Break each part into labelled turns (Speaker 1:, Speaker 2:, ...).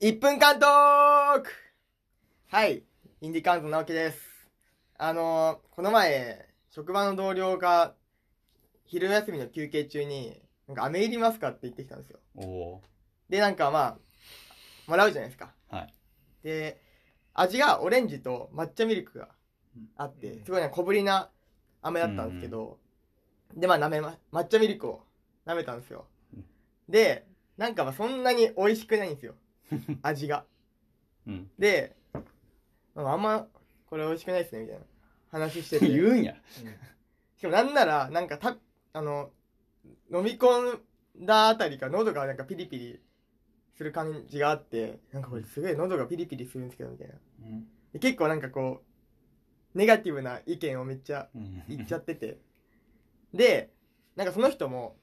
Speaker 1: 1分間トークはい、インディカント直樹です。あのー、この前、職場の同僚が、昼休みの休憩中に、なんか飴いりますかって言ってきたんですよ。
Speaker 2: おお
Speaker 1: で、なんかまあ、もらうじゃないですか。
Speaker 2: ー。はい。
Speaker 1: で、味がオレンジと抹茶ミルクがあっ
Speaker 3: う
Speaker 1: て、
Speaker 3: ん
Speaker 1: すごいね、小ぶりな飴だったんですけど、で、まあ、舐めま、抹茶ミルクを舐めたんですよ
Speaker 2: うん。
Speaker 1: で、なんかまあ、そんなに美味しくないんですよ。味が。
Speaker 2: うん。
Speaker 1: で、あんま、これ美味しくないですね、みたいな話してて。
Speaker 2: 言うんや。
Speaker 1: しかもなんなら、なんかた、あの、飲み込んだあたりか、喉がなんかピリピリする感じがあって、なんかこれすごい喉がピリピリするんですけど、みたいな。
Speaker 2: うん。
Speaker 1: で結構なんかこう、ネガティブな意見をめっちゃ言っちゃってて。で、なんかその人も、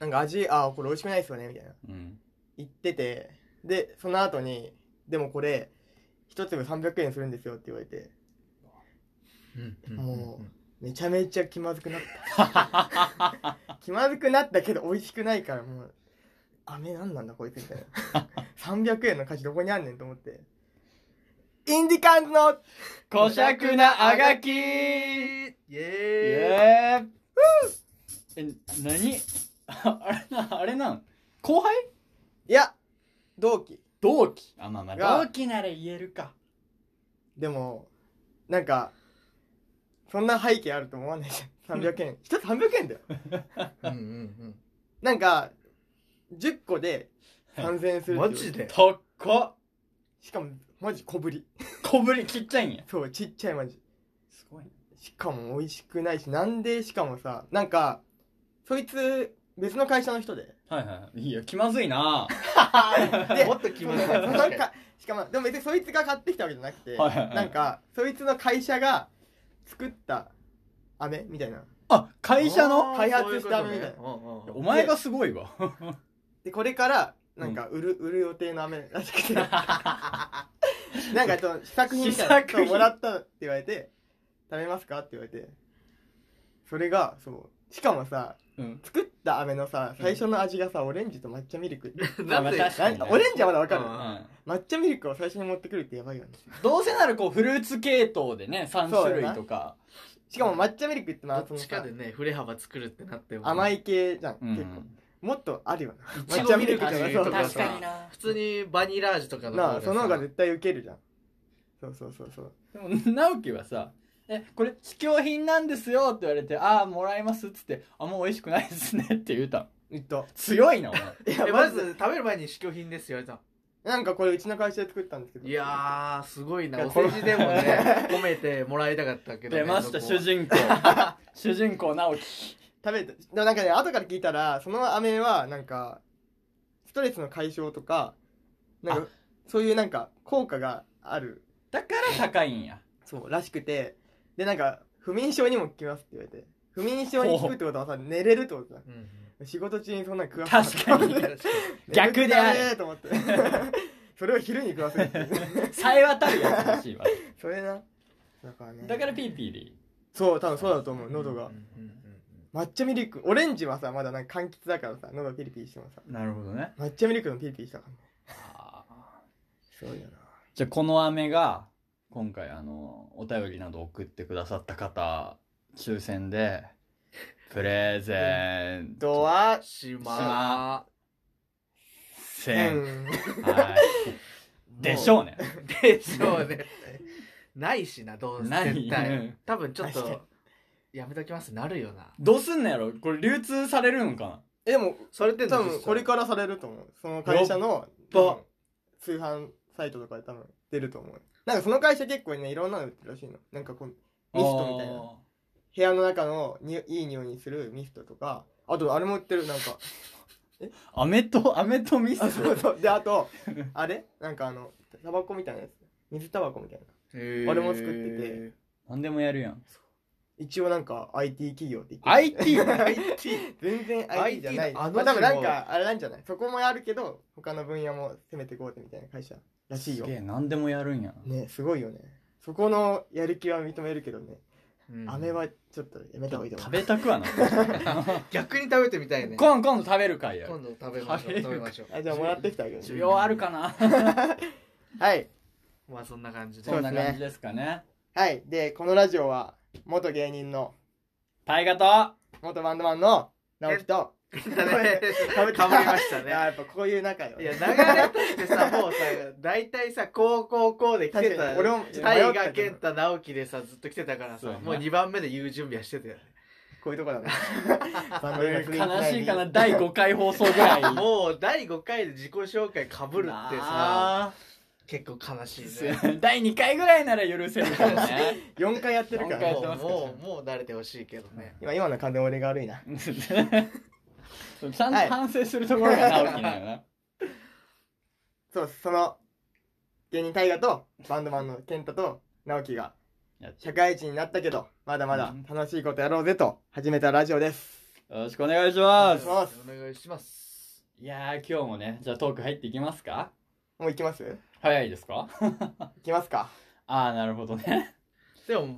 Speaker 1: なんか味、ああ、これ美味しくないですよね、みたいな。
Speaker 2: うん。
Speaker 1: 言ってて、で、その後に、でもこれ、一粒300円するんですよって言われて、もう、めちゃめちゃ気まずくな った。気まずくなったけど、美味しくないから、もう、飴なんなんだこいつみたいな。300円の価値どこにあんねんと思って。インディカンズの
Speaker 2: こしゃくなあがきイエ
Speaker 3: イ
Speaker 2: ーイ
Speaker 3: エーイ
Speaker 2: え、なにああれな、あれなん後輩
Speaker 1: いや、同期。
Speaker 2: 同期あ、まあまあ、
Speaker 1: が
Speaker 2: 同期なら言えるか。
Speaker 1: でも、なんか、そんな背景あると思わないじ ゃん。300円。一つ300円だよ。
Speaker 3: うんうん
Speaker 1: なんか、10個で3000円す
Speaker 3: う
Speaker 1: るって言
Speaker 3: ん
Speaker 1: われ
Speaker 3: マ
Speaker 1: て
Speaker 3: ジで
Speaker 2: とっこ
Speaker 1: しかも、マジ小ぶり。
Speaker 2: 小ぶりちっちゃいんや。
Speaker 1: そう、ちっちゃいマジ。
Speaker 2: すごい。
Speaker 1: しかも美味しくないし、なんで、しかもさ、なんか、そいつ、別の会社の人で。
Speaker 2: はいはい。いや、気まずいな
Speaker 1: で
Speaker 3: もっと気まず い
Speaker 1: そうそうそうかしかも、でも別にそいつが買ってきたわけじゃなくて、
Speaker 2: はいはいはい
Speaker 1: なんか、そいつの会社が作った飴みたいな。
Speaker 2: あ、会社の
Speaker 1: 開発したみたいな
Speaker 2: お前がすごいわ。
Speaker 1: で、これから、なんか、売る、売る予定の 飴らしくて。なんか、その、試作品みたいな
Speaker 2: 試作品
Speaker 1: そうもらったって言われて、食べますかって言われて。それが、そう。しかもさ、
Speaker 2: うん。
Speaker 1: 作った飴のさ最初の味がさ、オレンジと抹茶ミルク
Speaker 2: まあ
Speaker 3: なん
Speaker 2: まあ
Speaker 3: で
Speaker 2: 確か
Speaker 1: なん
Speaker 2: に
Speaker 1: かオレンジはまだわかる、
Speaker 3: うん
Speaker 1: 抹茶ミルクを最初に持ってくるってやばいよね
Speaker 2: どうせならこう、フルーツ系統でね、3種類とか。
Speaker 1: しかも抹茶ミルクってま
Speaker 3: ど
Speaker 1: あ
Speaker 3: っ
Speaker 1: その
Speaker 3: ちか
Speaker 1: さ
Speaker 3: でね振れ幅作るってなっても
Speaker 1: 甘い系じゃん、
Speaker 2: う
Speaker 1: 結
Speaker 2: ん。
Speaker 1: 構もっとあるよな
Speaker 3: ち
Speaker 1: 抹
Speaker 3: ご
Speaker 1: 茶ミ
Speaker 3: ミル
Speaker 1: ル
Speaker 3: ク
Speaker 1: ク
Speaker 3: と
Speaker 1: とかそ
Speaker 3: かさ
Speaker 1: う
Speaker 3: 確
Speaker 1: そ
Speaker 3: か
Speaker 1: う
Speaker 3: に普通にバニラ味とかの
Speaker 1: な
Speaker 3: 方
Speaker 1: あ
Speaker 3: が
Speaker 1: その方が
Speaker 3: さ
Speaker 1: 絶対ウケるじゃんそうそうそうそう
Speaker 2: でも直樹はさ「えこれ試供品なんですよ」って言われて「ああもらいます」っつって「あもう美味しくないですね」って言うたん
Speaker 1: えっと
Speaker 2: 強いなお 前
Speaker 1: いや
Speaker 3: え
Speaker 1: ま
Speaker 3: ま
Speaker 1: ず
Speaker 3: ず食べる前に試供品ですよ言われた
Speaker 1: なんかこれうちの会社で作ったんですけど
Speaker 3: いやーすごい
Speaker 1: い
Speaker 3: な
Speaker 1: や
Speaker 3: お世辞でも ね褒めてもらいたかったけどね
Speaker 2: 出ました
Speaker 3: そ
Speaker 2: 主
Speaker 3: こは
Speaker 2: 人公主人公直樹
Speaker 1: 食べてでもなんかね後から聞いたらその飴はなんかストレスの解消とかなんかそういうなんか効果がある
Speaker 2: だから高いんや
Speaker 1: そうらしくてでなんか不眠症にも効きますって言われて不眠症に効くってことはさ寝れるってことだ
Speaker 3: うんうん
Speaker 1: 仕事中にそんなの食わ
Speaker 2: 確かに 逆である
Speaker 1: ると 思ってそれを昼に食わせるっていう
Speaker 2: さえ渡るやつらしいわ
Speaker 1: それなだからね
Speaker 2: だからピーピーリ
Speaker 1: そう多分そうだと思う喉が
Speaker 3: うんうんうん
Speaker 1: 抹茶ミルクオレンジはさまだなんか柑橘だからさ喉ピリピリしてもさ
Speaker 2: ーなるほどね
Speaker 1: 抹茶ミルクのピリピリしたからねすごいよな
Speaker 2: じゃあこの飴が今回あのお便りなど送ってくださった方抽選でプレゼン
Speaker 1: ドア
Speaker 3: し
Speaker 2: ま
Speaker 3: ま
Speaker 1: う
Speaker 2: せん、
Speaker 1: ん
Speaker 2: はい、でしょうね
Speaker 3: でしょ うねないしなどうせ
Speaker 2: ない
Speaker 3: 絶
Speaker 2: うん
Speaker 3: 対多分ちょっ
Speaker 1: 確か
Speaker 3: とやめときますなるよな
Speaker 2: どうすんのやろこれ流通されるのか
Speaker 1: えでも
Speaker 3: それって
Speaker 1: 多分これからされると思うその会社の
Speaker 2: やっば
Speaker 1: 通販サイトとかで多分出ると思うなんかその会社結構ねいろんなの売ってるらしいのなんかこうミ
Speaker 2: な
Speaker 1: ストみたいな部屋の中のにいい匂いにするミストとかあとあれも売ってるなんか
Speaker 2: あー飴と飴とミス
Speaker 1: あそう
Speaker 2: ト
Speaker 1: そうであとあれなんかあのタバコみたいなやつ水タバコみたいな
Speaker 3: あ
Speaker 1: 俺も作ってて
Speaker 2: 何でもやるやん
Speaker 1: 一応なんか IT 企業って言ってる
Speaker 2: IT
Speaker 1: 全然 IT じゃない
Speaker 3: IT のあの
Speaker 1: まあ多分
Speaker 3: 字
Speaker 1: な
Speaker 3: も
Speaker 1: んかあれなんじゃないそこもやるけど他の分野も攻めていこうってみたいな会社らしい
Speaker 2: す
Speaker 1: よ
Speaker 2: げえ何でもやるんやな
Speaker 1: ねすごいよねそこのやる気は認めるけどね
Speaker 3: うん
Speaker 1: 飴はちょっとやめた方がいいと思
Speaker 2: 食
Speaker 1: う
Speaker 2: べたくはなる
Speaker 3: 逆に食べてみたいね今
Speaker 2: 今度今度食べる回や
Speaker 3: 度食べましょう
Speaker 2: 食
Speaker 3: 食
Speaker 2: べ
Speaker 3: べ
Speaker 2: るか
Speaker 3: ましょう
Speaker 1: あじゃあもらってきたわけです
Speaker 2: 需
Speaker 1: ね
Speaker 2: 要あるかな
Speaker 1: はい
Speaker 3: まあそんな感じで
Speaker 1: そ
Speaker 2: そ
Speaker 1: うんで
Speaker 2: な
Speaker 1: すね
Speaker 2: 感じですかね
Speaker 1: はいでこのラジオは元芸人の
Speaker 2: 大河と
Speaker 1: 元バンドマンの直樹と
Speaker 3: だね
Speaker 1: かぶ
Speaker 3: かぶりましたね
Speaker 1: やっぱこういう仲よ
Speaker 3: いや流れとしてさもうさ大体さこうこうこうで来
Speaker 1: 確
Speaker 3: て
Speaker 1: か
Speaker 3: た
Speaker 1: に俺も
Speaker 3: 大
Speaker 1: 迷った
Speaker 3: 河
Speaker 1: け
Speaker 3: 健
Speaker 1: ど
Speaker 3: 太直樹でさずっと来てたから
Speaker 2: そうや
Speaker 3: さ
Speaker 2: な
Speaker 3: もう2番目で言う準備はしてたよね
Speaker 1: こういうとこだなバンド
Speaker 2: 悲
Speaker 1: が
Speaker 2: しいかな第5回放送ぐら い
Speaker 3: もう第5回で自己紹介かぶるってさ
Speaker 2: なあ
Speaker 3: 結構悲しいね
Speaker 2: 第2回ぐらいなら許せるかもね
Speaker 1: 4回やってるか
Speaker 2: 四回
Speaker 1: ら
Speaker 2: やって
Speaker 3: も
Speaker 2: ま
Speaker 3: う
Speaker 2: す
Speaker 3: もうもう慣れてほしいけどね
Speaker 1: 今今の完全に俺が悪いな
Speaker 2: ちゃんと反省するところが直樹なのな
Speaker 1: そうですその芸人大我とバンドマンの健太と直樹が
Speaker 2: やっちゃ
Speaker 1: 社会人になったけどまだまだ楽しいことやろうぜと始めたラジオです
Speaker 2: うよろしくお願いします
Speaker 1: そうです
Speaker 3: お願いします
Speaker 2: いやー今日もねじゃあトーク入っていきますか
Speaker 1: もう行きます行
Speaker 2: 早いですか
Speaker 1: きますか
Speaker 2: ああなるほどね
Speaker 3: でも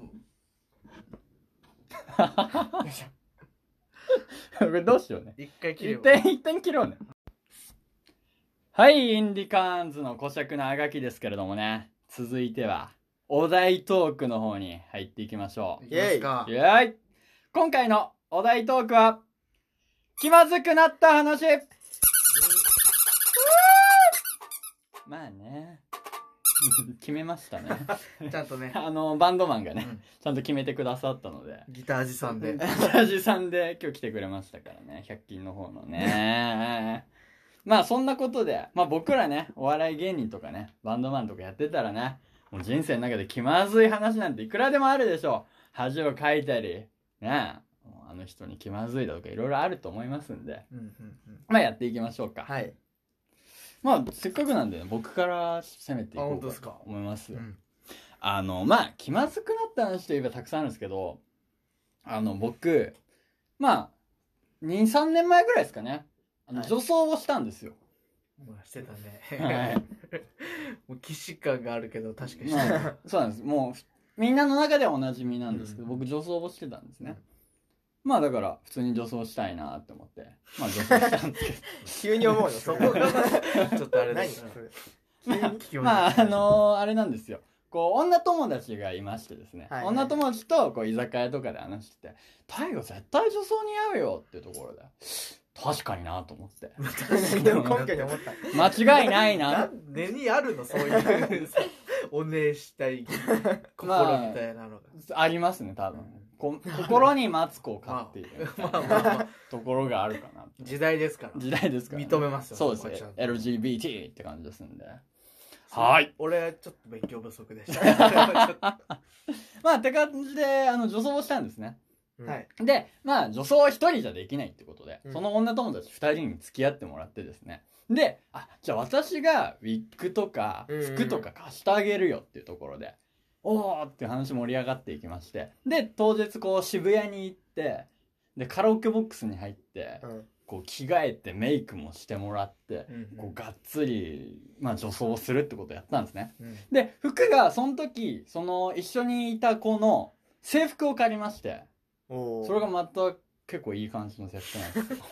Speaker 2: これどうしようね
Speaker 3: 一回切れ
Speaker 2: 一
Speaker 3: ば
Speaker 2: 旦一旦切ろうねはいインディカーンズの古尺のあがきですけれどもね続いてはお題トークの方に入っていきましょう
Speaker 3: いきますか
Speaker 2: イェーイ今回のお題トークは、気まずくなった話まあね。 決めましたね。
Speaker 3: ちゃんと ね
Speaker 2: あの、バンドマンがね、
Speaker 3: うん
Speaker 2: ちゃんと決めてくださったので。
Speaker 3: ギターじさんで
Speaker 2: ラジさんで今日来てくれましたからね。100均の方のね。 まあそんなことで、まあ僕らね、お笑い芸人とかね、バンドマンとかやってたらね、もう人生の中で気まずい話なんていくらでもあるでしょう。恥をかいたり、ねもうあの人に気まずいだとかいろいろあると思いますんで、
Speaker 3: うんうんうん
Speaker 2: まあやっていきましょうか。
Speaker 1: はい
Speaker 2: まあせっかくなんでね、僕から攻めてい
Speaker 3: あ
Speaker 2: こ
Speaker 3: 本当
Speaker 2: うか
Speaker 3: ですか
Speaker 2: と思いますよ。
Speaker 3: うん
Speaker 2: あの、まあ、気まずくなった話といえばたくさんあるんですけど、あの、僕、まあ、2、3年前ぐらいですかね、あの、
Speaker 1: はい
Speaker 2: 女装をしたんですよ。
Speaker 3: もうしてた
Speaker 2: はい。
Speaker 3: ね もう既視感があるけど確かにして
Speaker 2: ま
Speaker 3: た
Speaker 2: あ、そうなんです。もう、みんなの中ではおなじみなんですけど、
Speaker 3: うん
Speaker 2: 僕、女装をしてたんですね。まあ、だから、普通に女装したいなって思って、まあ、女装したんですけど。
Speaker 1: 急に思 うの
Speaker 3: そこ がちょっとあれだ
Speaker 1: 何
Speaker 3: し
Speaker 1: それ
Speaker 3: 聞きま
Speaker 2: まあ、あ
Speaker 3: した
Speaker 2: のあれなんですよ。こう、女友達がいましてですね。
Speaker 1: はいはい
Speaker 2: 女友達と、こう、居酒屋とかで話してて、太陽絶対女装似合うよっていうところで、確かになと思 って。
Speaker 1: でも根拠に思った
Speaker 2: 間違いないな
Speaker 3: な。根にあるのそう いうおねえしたい心みたいなのが、
Speaker 2: ありますね、多分。こ心にマツコを飼っているみたい
Speaker 3: まあまあ
Speaker 2: な
Speaker 3: まあ
Speaker 2: ところがあるかな。
Speaker 3: 時代ですから
Speaker 2: 時代ですから、
Speaker 3: 認めますよ
Speaker 2: そうです
Speaker 3: こ
Speaker 2: ね
Speaker 3: れちゃん。と
Speaker 2: LGBT って感じですんで。はい。
Speaker 3: 俺ちょっと勉強不足でした
Speaker 2: まあ、って感じで、あの、女装をしたんですね。
Speaker 3: はい
Speaker 2: で、まあ、女装一人じゃできないってことで、
Speaker 1: うん
Speaker 2: その女友達二人に付き合ってもらってですね。で、あ、じゃあ私がウィッグとか
Speaker 1: うんうんうん
Speaker 2: 服とか貸してあげるよっていうところで、おーっていう話盛り上がっていきまして、で、当日こう渋谷に行って、で、カラオケボックスに入って
Speaker 1: う、ん
Speaker 2: こう着替えてメイクもしてもらって、こう
Speaker 3: う
Speaker 2: がっつり、まあ女装をするってことをやったんですね。
Speaker 3: ん
Speaker 2: で、服がその時、その一緒にいた子の制服を借りまして、
Speaker 1: おー
Speaker 2: それがまた結構いい感じのセットなんですよ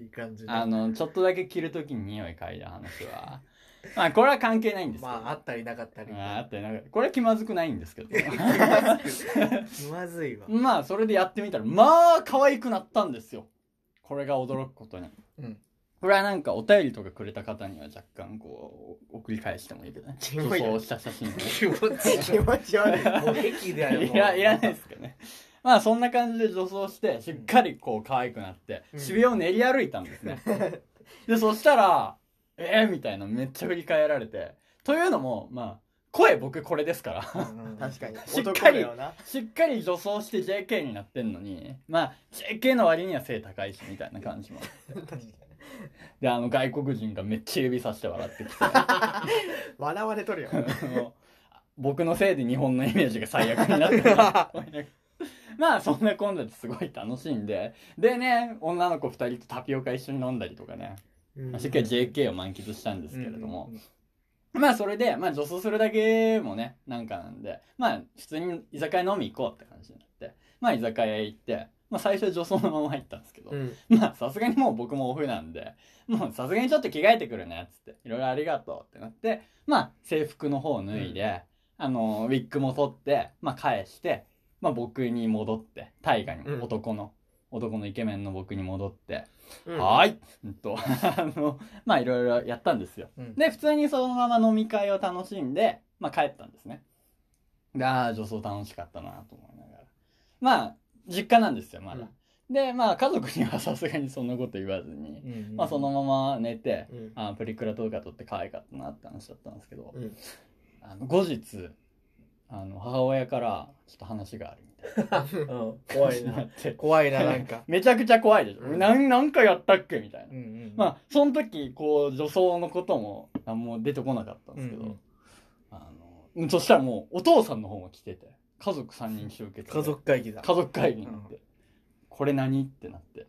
Speaker 3: いい感 じで
Speaker 2: あのちょっとだけ着るときに匂い嗅いだ話はまあこれは関係ないんですけど、
Speaker 3: まああったりなかったり
Speaker 2: ああってなんかこれは気まずくないんですけ ど
Speaker 3: 気まずいわ、
Speaker 2: まあそれでやってみたらまあ可愛くなったんですよこれが驚くことに、
Speaker 3: うん
Speaker 2: これはなんかお便りとかくれた方には若干こう送り返してもいいけどね
Speaker 1: キ
Speaker 2: 女
Speaker 1: モいな
Speaker 2: 装した写真を
Speaker 3: 気持ちい
Speaker 1: 気
Speaker 3: い
Speaker 1: 持ち 悪い
Speaker 3: もう駅だよもう
Speaker 2: いらいらないですかね まあそんな感じで女装してしっかりこう可愛くなって、
Speaker 1: うん
Speaker 2: 渋谷を練り歩いたんです ね、でそしたら「えー、みたいなめっちゃ振り返られてというのもまあ声僕これですから
Speaker 3: うん
Speaker 1: 確かに
Speaker 2: しっ
Speaker 1: 男
Speaker 2: かり
Speaker 1: だよな
Speaker 2: しっかり女装して JK になってんのにまあ JK の割には背高いしみたいな感じもであの外国人がめっちゃ指さして笑ってきて
Speaker 1: 笑われと るよ
Speaker 2: もう僕のせいで日本のイメージが最悪になったなと思いながら まあそんな今度ですごい楽しいんででね女の子2人とタピオカ一緒に飲んだりとかね、
Speaker 1: うん
Speaker 2: まあしっかり JK を満喫したんですけれども、
Speaker 3: うん
Speaker 2: まあそれで、まあ女装するだけもね、なんかなんで、まあ普通に居酒屋飲み行こうって感じになって、まあ居酒屋行って、まあ最初女装のまま入ったんですけど、
Speaker 1: うん。
Speaker 2: まあさすがにもう僕もオフなんで、もうさすがにちょっと着替えてくるね、つって、いろいろありがとうってなって、まあ制服の方を脱いで、あの、ウィッグも取って、まあ返して、まあ僕に戻って、大河に
Speaker 1: うん
Speaker 2: も男の、男のイケメンの僕に戻って、
Speaker 1: うん
Speaker 2: はーい、うんと、 あの、まあいろいろやったんですよ。
Speaker 3: うん
Speaker 2: で、普通にそのまま飲み会を楽しんで、まあ帰ったんですね。で、ああ、女装楽しかったなと思いながら。まあ、実家なんですよ、まだ。で、まあ家族には さすがにそんなこと言わずに、まあそのまま寝て、
Speaker 1: うん。
Speaker 2: あープリクラ動画撮って可愛かったなって話だったんですけど、
Speaker 1: うん
Speaker 2: あの後日、あの母親からちょっと話があるみたい
Speaker 3: うん怖
Speaker 2: な話
Speaker 3: い
Speaker 2: に
Speaker 3: な
Speaker 2: なって、
Speaker 3: 怖いななんか
Speaker 2: めちゃくちゃ怖いでしょ。
Speaker 1: うん
Speaker 2: なん、なんかやったっけみたいな。
Speaker 3: うんうん
Speaker 2: まあ、その時、こう、女装のことも、あもう出てこなかったんですけど、
Speaker 3: うんうん
Speaker 2: あの、うんそしたらもう、お父さんの方も来てて、家族3人集結で。
Speaker 3: 家族会議だ
Speaker 2: 家族会議になって、これ何ってなって、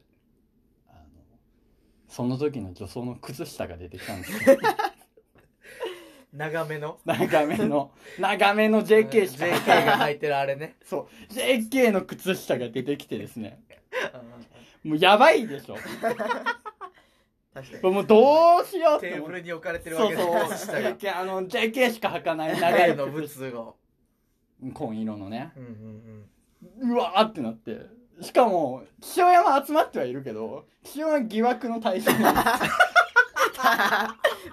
Speaker 2: あの、その時の女装の靴下が出てきたんです よ。
Speaker 3: 長めの
Speaker 2: 長めの、長めの JK しか
Speaker 3: JK が履いてるあれね
Speaker 2: そう、JK の靴下が出てきてですね、もうやばいでしょ。
Speaker 1: 確かに。
Speaker 2: もうどうしようっ
Speaker 3: テ
Speaker 2: て
Speaker 3: ー
Speaker 2: 思っ
Speaker 3: ブ
Speaker 2: て。
Speaker 3: ルに置かれてる
Speaker 2: そ
Speaker 3: わ
Speaker 2: う
Speaker 3: け
Speaker 2: そ
Speaker 3: で
Speaker 2: う
Speaker 3: す下が
Speaker 2: JK あの JK しか履かない長
Speaker 3: 長
Speaker 2: い
Speaker 3: いの
Speaker 2: の
Speaker 3: 仏を
Speaker 2: 紺色のね
Speaker 3: うんうん
Speaker 2: うわーってなってしかも父親も集まってはいるけど父親は疑惑の 対象なんです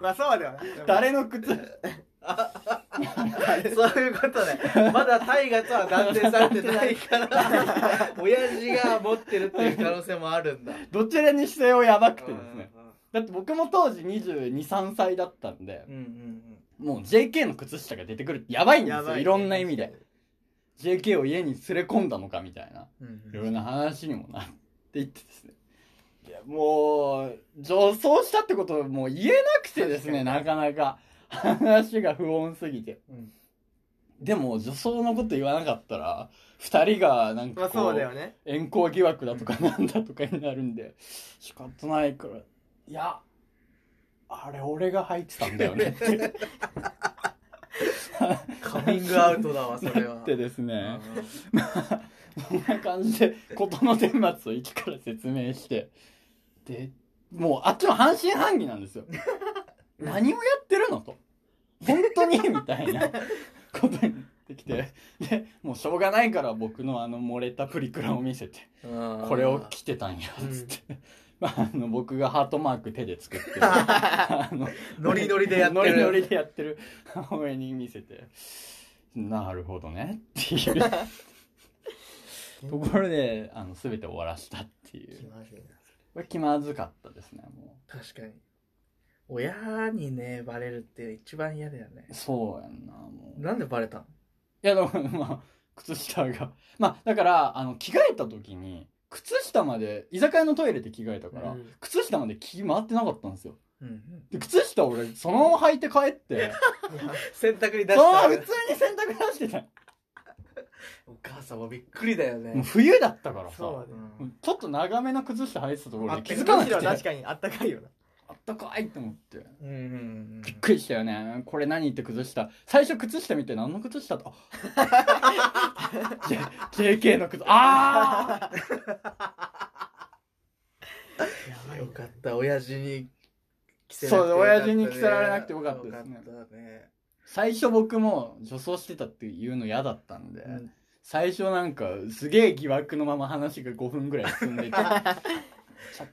Speaker 1: まあそうではない。
Speaker 2: 誰の靴
Speaker 3: うんそういうことねまだ大河とは断定されてないから 親父が持ってるっていう可能性もある んだ
Speaker 2: どちらにしてもやばくてですねだって僕も当時223歳だったんで
Speaker 3: うんうんうん
Speaker 2: もう JK の靴下が出てくるってやばいんですよいろんな意味で。JK を家に連れ込んだのかみたいな
Speaker 3: うん
Speaker 2: いろんな話にもなっていってですね。いや、もう、女装したってことをもう言えなくてですね、なかなか。話が不穏すぎて。
Speaker 3: うん
Speaker 2: でも、女装のこと言わなかったら、二人がなん
Speaker 1: ま
Speaker 2: か
Speaker 1: あ
Speaker 2: こ
Speaker 1: そう
Speaker 2: う、
Speaker 1: だよね。
Speaker 2: 遠行疑惑だとかなんだとかになるんで、仕方ないから、いや、あれ俺が入ってたんだよね って
Speaker 3: カミングアウトだわそれ
Speaker 2: 言
Speaker 3: は
Speaker 2: ってですね。
Speaker 3: うん
Speaker 2: そんな感じで事の顛末を一から説明してでもうあっちも半信半疑なんです よ何をやってるのと本当 にみたいなことになってきてでもうしょうがないから僕のあの漏れたプリクラを見せてこれを着てたんや
Speaker 1: うん
Speaker 2: つって、まあ、あの僕がハートマーク手で作 ってるあの
Speaker 3: ノリノリでやって
Speaker 2: ノ
Speaker 3: る
Speaker 2: リノリでやってる母親に見せてなるほどねっていう ところであの全て終わらしたってい
Speaker 1: 気
Speaker 2: う
Speaker 1: まずいな。
Speaker 2: これ気まずかったですねも
Speaker 3: 確かに親にねバレるって一番嫌だよね
Speaker 2: うそうやんなもうい
Speaker 3: なんでバレたの
Speaker 2: やでも まあ靴下がまあだからあの着替えた時に靴下まで居酒屋のトイレで着替えたから、
Speaker 1: うん
Speaker 2: 靴下まで着回ってなかったんですよ
Speaker 3: うんうん
Speaker 2: で靴下俺そのまま履いて帰っ て
Speaker 3: 洗濯に出
Speaker 2: そ
Speaker 3: し
Speaker 2: のまま
Speaker 3: た
Speaker 2: 普通に洗濯出 してた
Speaker 3: お母さんもびっくりだよ
Speaker 2: もう
Speaker 3: ね
Speaker 2: 冬だったからさ
Speaker 1: そうだね。
Speaker 2: ちょっと長めの靴下履いてたところ
Speaker 1: あ
Speaker 2: で気づかなくて
Speaker 1: むしろ確
Speaker 2: あ
Speaker 1: かにあったかいよな。
Speaker 2: ったかいと思って
Speaker 3: うんうんうん
Speaker 2: びっくりしたよねこれ何って靴下最初靴下見て何の靴下とあ J- JK の靴ああ
Speaker 3: よかった親父に着
Speaker 2: そう親父に着せられなくてよかったですね
Speaker 3: よかったね
Speaker 2: 最初僕も女装してたっていうの嫌だったんで、
Speaker 3: うん
Speaker 2: 最初なんかすげえ疑惑のまま話が5分ぐらい進んでてめちゃ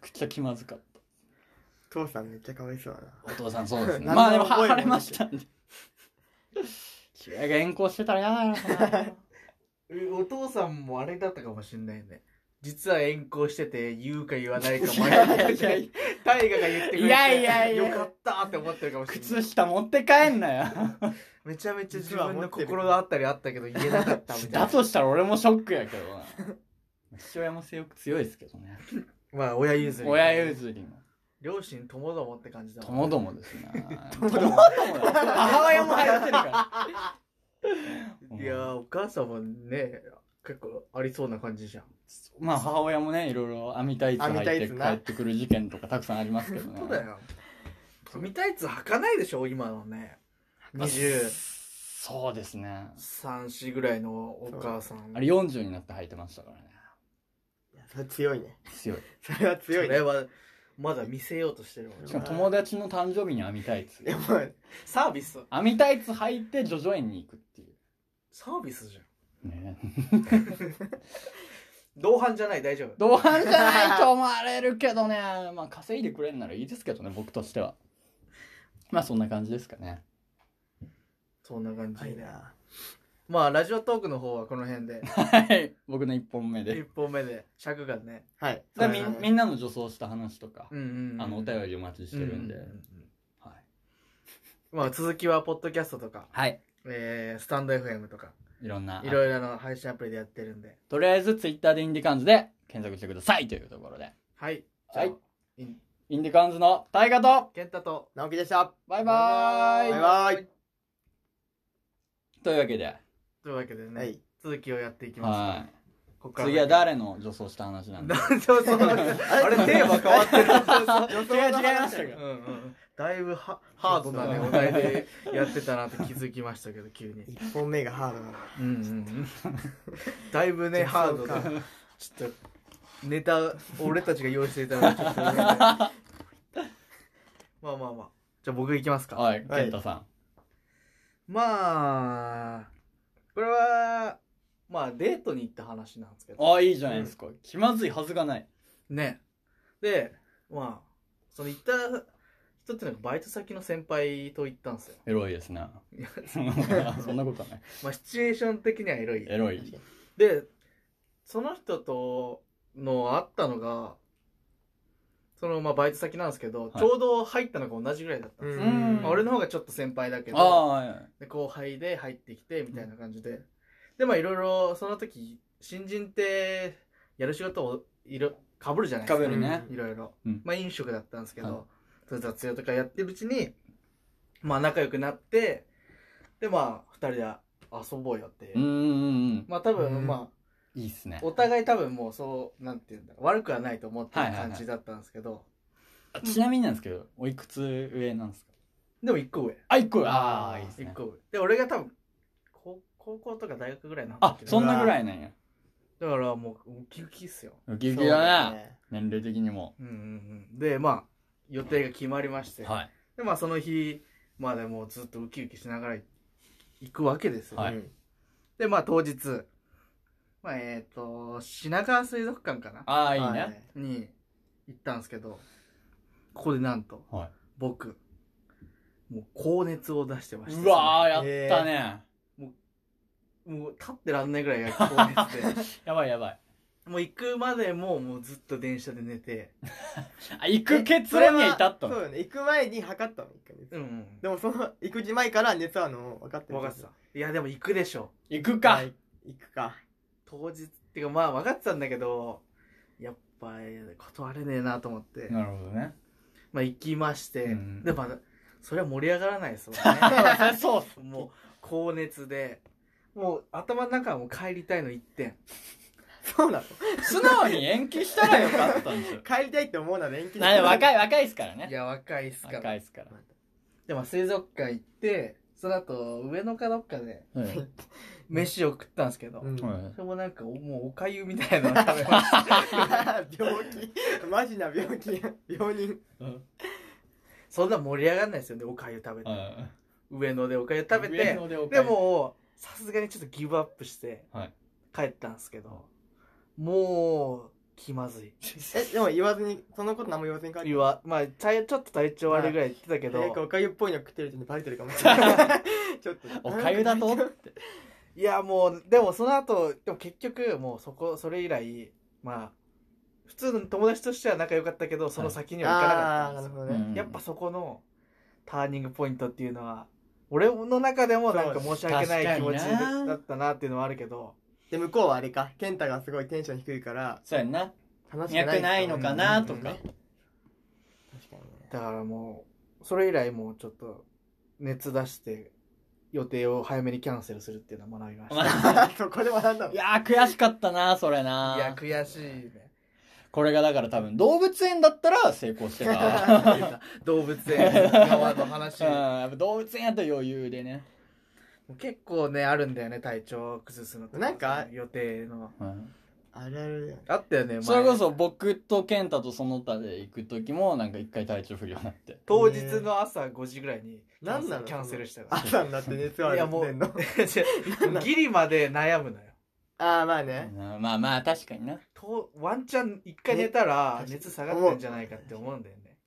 Speaker 2: くちゃ気まずかった
Speaker 1: 父さんめっちゃかわいそうだな。
Speaker 2: お父さんそうですね
Speaker 1: 何の
Speaker 2: まあでも
Speaker 1: 覚えも
Speaker 2: 晴れましたんで 父親が遠行してたら嫌だよな
Speaker 3: えお父さんもあれだったかもしんないね実は遠行してて言うか言わないか迷
Speaker 2: い
Speaker 3: って
Speaker 2: やいやい
Speaker 3: て大河が言ってくれて
Speaker 2: いやいやいや
Speaker 3: よかったって思ってるかもしれな
Speaker 2: 靴
Speaker 3: い
Speaker 2: 下持って帰んなよ
Speaker 3: めちゃめちゃ自分の心のあったりあったけど言えなかったみたいな
Speaker 2: だとしたら俺もショックやけどな父親も性欲強いですけどね
Speaker 3: まあ親譲り
Speaker 2: 親譲りの
Speaker 3: 両親ともどもって感じだ
Speaker 2: と
Speaker 3: も
Speaker 2: も
Speaker 3: ん
Speaker 2: どもですねともどもだ母親も入って るから
Speaker 3: いやーお母さんもね結構ありそうな感じじゃん
Speaker 2: まあ母親もねいろいろ網タイツ履
Speaker 1: 網タ
Speaker 2: い
Speaker 1: イ
Speaker 2: て
Speaker 1: ツ
Speaker 2: 帰
Speaker 1: な
Speaker 2: ってくる事件とかたくさんありますけどね
Speaker 3: 本当だよ富タイツ履かないでしょ今のね
Speaker 2: まあ
Speaker 3: 23
Speaker 2: そうですね
Speaker 3: 歳ぐらいのお母さん
Speaker 2: あれ40になって履いてましたからね
Speaker 1: いやそれ強いね
Speaker 2: 強い
Speaker 1: それは強い
Speaker 3: それ
Speaker 1: ね
Speaker 3: はまだ見せようとしてるもん
Speaker 2: しかも友達の誕生日に編みタイツ
Speaker 1: でも
Speaker 3: サービス
Speaker 2: 編みタイツ履いて叙々苑に行くってい
Speaker 3: サービスじゃん
Speaker 2: うね
Speaker 3: 同伴じゃない大丈夫
Speaker 2: 同伴じゃないと思われるけどねまあ稼いでくれんならいいですけどね僕としてはまあそんな感じですかね
Speaker 3: そんな感じ
Speaker 1: はい
Speaker 3: で
Speaker 1: な
Speaker 3: まあラジオトークの方はこの辺で
Speaker 2: はい 僕の1本目で
Speaker 3: 一本目で尺がね
Speaker 1: はい
Speaker 2: だ
Speaker 1: そ
Speaker 2: み
Speaker 1: うだね
Speaker 2: みんなの女装した話とか、
Speaker 3: うんうんうん
Speaker 2: あのお便りお待ちしてるんで、
Speaker 3: うううん
Speaker 2: はい、
Speaker 3: まあ続きはポッドキャストとか
Speaker 2: はい、
Speaker 3: えースタンド FM とか
Speaker 2: いろんない
Speaker 3: ろいろな配信アプリでやってるんで
Speaker 2: とりあえずツイッターでインディカンズで検索してくださいというところで
Speaker 3: はい
Speaker 2: はい
Speaker 3: じゃあいん
Speaker 2: インディカンズの大河と
Speaker 3: 健太と
Speaker 1: 直樹でした
Speaker 2: バイバーイ
Speaker 1: バイバーイ
Speaker 2: というわけで、
Speaker 3: というわけでね、
Speaker 1: はい
Speaker 3: 続きをやっていきます
Speaker 2: は
Speaker 3: こっ
Speaker 2: い、
Speaker 3: から
Speaker 2: 次は誰の女装した話なんで
Speaker 3: なんで そうあれテーマ変 わってる
Speaker 1: 予
Speaker 2: 違う違いましたけど
Speaker 3: うんうんだいぶハハードなねお題でやってたなって気づきましたけど急に
Speaker 1: 1本目がハードなの
Speaker 3: うんうんだいぶね
Speaker 1: 女装か
Speaker 3: ハードでちょっとネタ俺たちが用意していたのでちょっとね まあまあまあじゃあ僕いきますか
Speaker 2: はい健太さん、
Speaker 3: まあこれはまあデートに行った話なんですけど
Speaker 2: ああいいじゃないですか、気まずいはずがない
Speaker 3: ねでまあその行った人っていうのがバイト先の先輩と行ったんですよ
Speaker 2: エロいですね
Speaker 3: いや
Speaker 2: そんなことはない
Speaker 3: まあシチュエーション的にはエロい
Speaker 2: エロい
Speaker 3: でその人との会ったのがそのまあバイト先なんですけど、
Speaker 2: はい
Speaker 3: ちょうど入ったのが同じぐらいだったんですよ、
Speaker 2: うん
Speaker 3: まあ俺の方がちょっと先輩だけ
Speaker 2: ああ
Speaker 3: ど
Speaker 2: はい
Speaker 3: で後輩で入ってきてみたいな感じで、でまあいろいろその時新人ってやる仕事をいろかぶるじゃないですか
Speaker 2: 被るね、
Speaker 3: いろいろ、
Speaker 2: うん
Speaker 3: まあ飲食だったんですけど、
Speaker 2: はい
Speaker 3: それ雑用とかやってるうちにまあ仲良くなってでまあ2人で遊ぼうよっていう、
Speaker 2: うんうんうん
Speaker 3: まあ多分、
Speaker 1: うん
Speaker 3: ま
Speaker 2: いいっすね
Speaker 3: あお互い多分もうそうなんていうんだろう悪くはないと思ってる感じだったんですけど、
Speaker 2: あちなみになんですけどおいくつ上なんですか
Speaker 3: でも1個上
Speaker 2: あ一個ああいいっす
Speaker 3: 一
Speaker 2: ね
Speaker 3: 個上で俺が多分高高校とか大学ぐらいの
Speaker 2: あ
Speaker 3: 時だ
Speaker 2: そんなぐらいなんや
Speaker 3: だからもうウキウキっすよ
Speaker 2: ウキウキだ
Speaker 1: そう
Speaker 2: ね
Speaker 1: ね
Speaker 2: 年齢的にも
Speaker 3: うんうんうんでまあ予定が決まりまして、
Speaker 2: はい
Speaker 3: でまあその日までもうずっとウキウキしながら行くわけですよ、
Speaker 2: はい
Speaker 1: うん
Speaker 3: でまあ当日まあえっ、と品川水族館かな
Speaker 2: ああいい
Speaker 1: は
Speaker 2: ね
Speaker 3: に行ったんですけどここでなんと
Speaker 2: は
Speaker 3: 僕もう高熱を出してま
Speaker 2: い
Speaker 3: した
Speaker 2: うわーやったね
Speaker 3: もう立ってらんないぐらいが高熱で
Speaker 2: やばいやばい
Speaker 3: もう行くまでももうずっと電車で寝て
Speaker 2: あ行く結論には至った
Speaker 1: そ
Speaker 2: の
Speaker 1: うよね行く前に測ったの一回熱
Speaker 3: うん、うん、
Speaker 1: でもその行く前から熱あるの分かってる
Speaker 3: 分かってたいやでも行くでしょ
Speaker 2: 行くか
Speaker 1: はい行くか
Speaker 3: 当日っていうかまあ分かってたんだけどやっぱ断れねえなと思って、
Speaker 2: なるほどね
Speaker 3: まあ行きまして、
Speaker 2: うん
Speaker 3: でまだそれは盛り上がらないですもん ね
Speaker 2: そうっす
Speaker 3: もう高熱でもう頭の中はもう帰りたいの一点
Speaker 1: そうなの
Speaker 2: 素直に延期したらよかったんですよ
Speaker 1: 帰りたいって思うなら延期
Speaker 2: なんで
Speaker 1: い
Speaker 2: 若い若いっすから
Speaker 3: い
Speaker 2: ね
Speaker 3: や若いっすから
Speaker 2: 若いっすから
Speaker 3: でも水族館行ってその後上野かどっかで
Speaker 2: はい
Speaker 3: 飯を食ったんですけど、
Speaker 1: うん
Speaker 2: は
Speaker 3: それもなんかおもうおかゆみたいなの食べま した
Speaker 1: 病気マジな病気病人
Speaker 2: い
Speaker 3: そんな盛り上がんないですよねおかゆ食べて、
Speaker 2: はい
Speaker 3: 上野でおかゆ食べて
Speaker 2: 上野でおか
Speaker 3: で
Speaker 2: ゆ
Speaker 3: もさすがにちょっとギブアップして
Speaker 2: はい
Speaker 3: 帰ったんですけど、もう気まずい
Speaker 1: えでも言わずにそのこと何も言わずに帰って
Speaker 3: 言わまあ体ちょっと体調悪いぐらい言ってたけど、
Speaker 1: なんかおかゆっぽいの食ってるうちにバレてるかもしれない ちょっと
Speaker 2: おかゆだとって
Speaker 3: いやもうでもその後でも結局もうそこそれ以来まあ普通の友達としては仲良かったけどその先には行かなか
Speaker 1: あ
Speaker 3: っ
Speaker 1: あー
Speaker 3: た
Speaker 1: なる
Speaker 3: んですよ、
Speaker 1: ほどね、
Speaker 2: うん
Speaker 3: やっぱそこのターニングポイントっていうのは俺の中でもなんか申し訳ない気持ち
Speaker 2: そう確かにな
Speaker 3: だったなっていうのはあるけど
Speaker 1: で向こうはあれか健太がすごいテンション低いから
Speaker 2: そうやんな
Speaker 1: 楽しくない
Speaker 2: 脈ないのかなと
Speaker 1: うんうん
Speaker 2: か
Speaker 1: うん確かにね
Speaker 3: だからもうそれ以来もうちょっと熱出して予定を早めにキャンセルするっていうのは学びました、
Speaker 2: まあ
Speaker 1: そこで学んだの
Speaker 2: いやー悔しかったなそれな い
Speaker 3: や悔しいね
Speaker 2: これがだから多分動物園だったら成功してた
Speaker 3: 動物園側の話
Speaker 2: うんやっぱ動物園やったら余裕でね、
Speaker 3: 結構ねあるんだよね体調崩すのと
Speaker 1: なんか
Speaker 3: 予定の
Speaker 2: うん
Speaker 1: あるあるだよ
Speaker 3: あったよね前
Speaker 2: それこそ僕と健太とその他で行く時もなんか一回体調不良になって
Speaker 3: 当日の朝5時ぐらいにキャ
Speaker 1: 何
Speaker 3: ンセ
Speaker 1: なの
Speaker 3: キャンセルしたか
Speaker 1: 朝になって熱あるってん の
Speaker 3: らギリまで悩むのよ
Speaker 1: ああまあね
Speaker 2: うんまあまあ確かにな
Speaker 3: とワンチャン一回寝たら
Speaker 1: ね
Speaker 3: 熱下がってんじゃないかって思うんだよね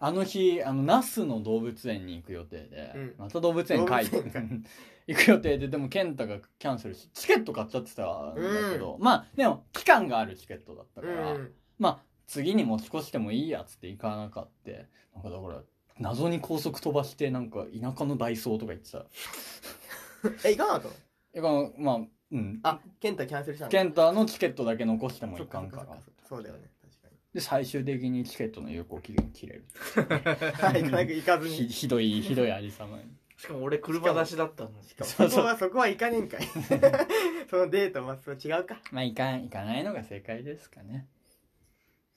Speaker 2: あの日あの那須の動物園に行く予定で、
Speaker 1: うん
Speaker 2: また動物園会
Speaker 1: 動物園か
Speaker 2: 行く予定ででも健太がキャンセルしてチケット買っちゃってたんだけど、まあでも期間があるチケットだった
Speaker 1: う
Speaker 2: から、
Speaker 1: ん
Speaker 2: まあ次に持ち越してもいいやっつって行かなかってなんかだから謎に高速飛ばしてなんか田舎のダイソーとか行ってた
Speaker 1: え行かなかったの
Speaker 2: えこのまあうん
Speaker 1: あ健太キャンセルしたの
Speaker 2: 健太のチケットだけ残しても
Speaker 1: そ
Speaker 2: い
Speaker 1: っ
Speaker 2: か
Speaker 1: かそ
Speaker 2: ん
Speaker 1: っ
Speaker 2: から
Speaker 1: かそっかそうだよね
Speaker 2: で最終的にチケットの有効期限切れる
Speaker 1: 確かにはい行かなく行かず
Speaker 2: ひ
Speaker 1: に
Speaker 2: ひどいひどいありさまに
Speaker 3: しかも俺車出しだったのに
Speaker 2: そ
Speaker 1: そ
Speaker 2: うそ
Speaker 1: こ
Speaker 2: う
Speaker 1: はそこは行かねえん かいそのデートはそう違うか
Speaker 2: まあ、いかん、いかないのが正解ですかね。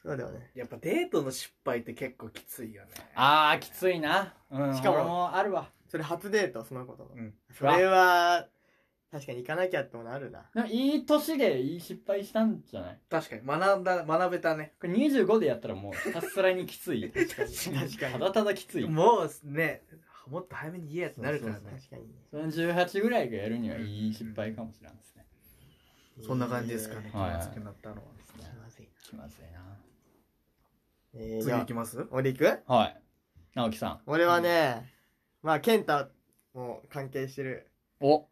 Speaker 1: そうだよね
Speaker 3: やっぱデートの失敗って結構きついよね
Speaker 2: ああ、きついな。うん。
Speaker 1: しかも
Speaker 2: 俺もあるわ。
Speaker 1: それ初デートそのことの
Speaker 3: うん
Speaker 1: それは確かに行かなきゃってもなるな
Speaker 2: でもいい年でいい失敗したんじゃない
Speaker 3: 確かに学んだ学べたね
Speaker 2: これ25でやったらもうひたすらにきつい。 確かに
Speaker 1: 確かに
Speaker 2: ただただきつい。
Speaker 3: もうねもっと早めに言えやってなるから
Speaker 2: そう
Speaker 3: ね
Speaker 1: 確かにね
Speaker 2: その18ぐらいがやるにはいい失敗かもしれんですね。
Speaker 3: そんな感じですかね気
Speaker 2: はい
Speaker 3: まずくなったのは
Speaker 1: 気まずい
Speaker 2: 気まずいな。
Speaker 1: なえーじ
Speaker 3: 次
Speaker 1: ゃ
Speaker 3: 行
Speaker 1: あ
Speaker 3: きます
Speaker 1: 俺行く
Speaker 2: はい。直樹さん。
Speaker 1: 俺はねまあ健太も関係してる
Speaker 2: お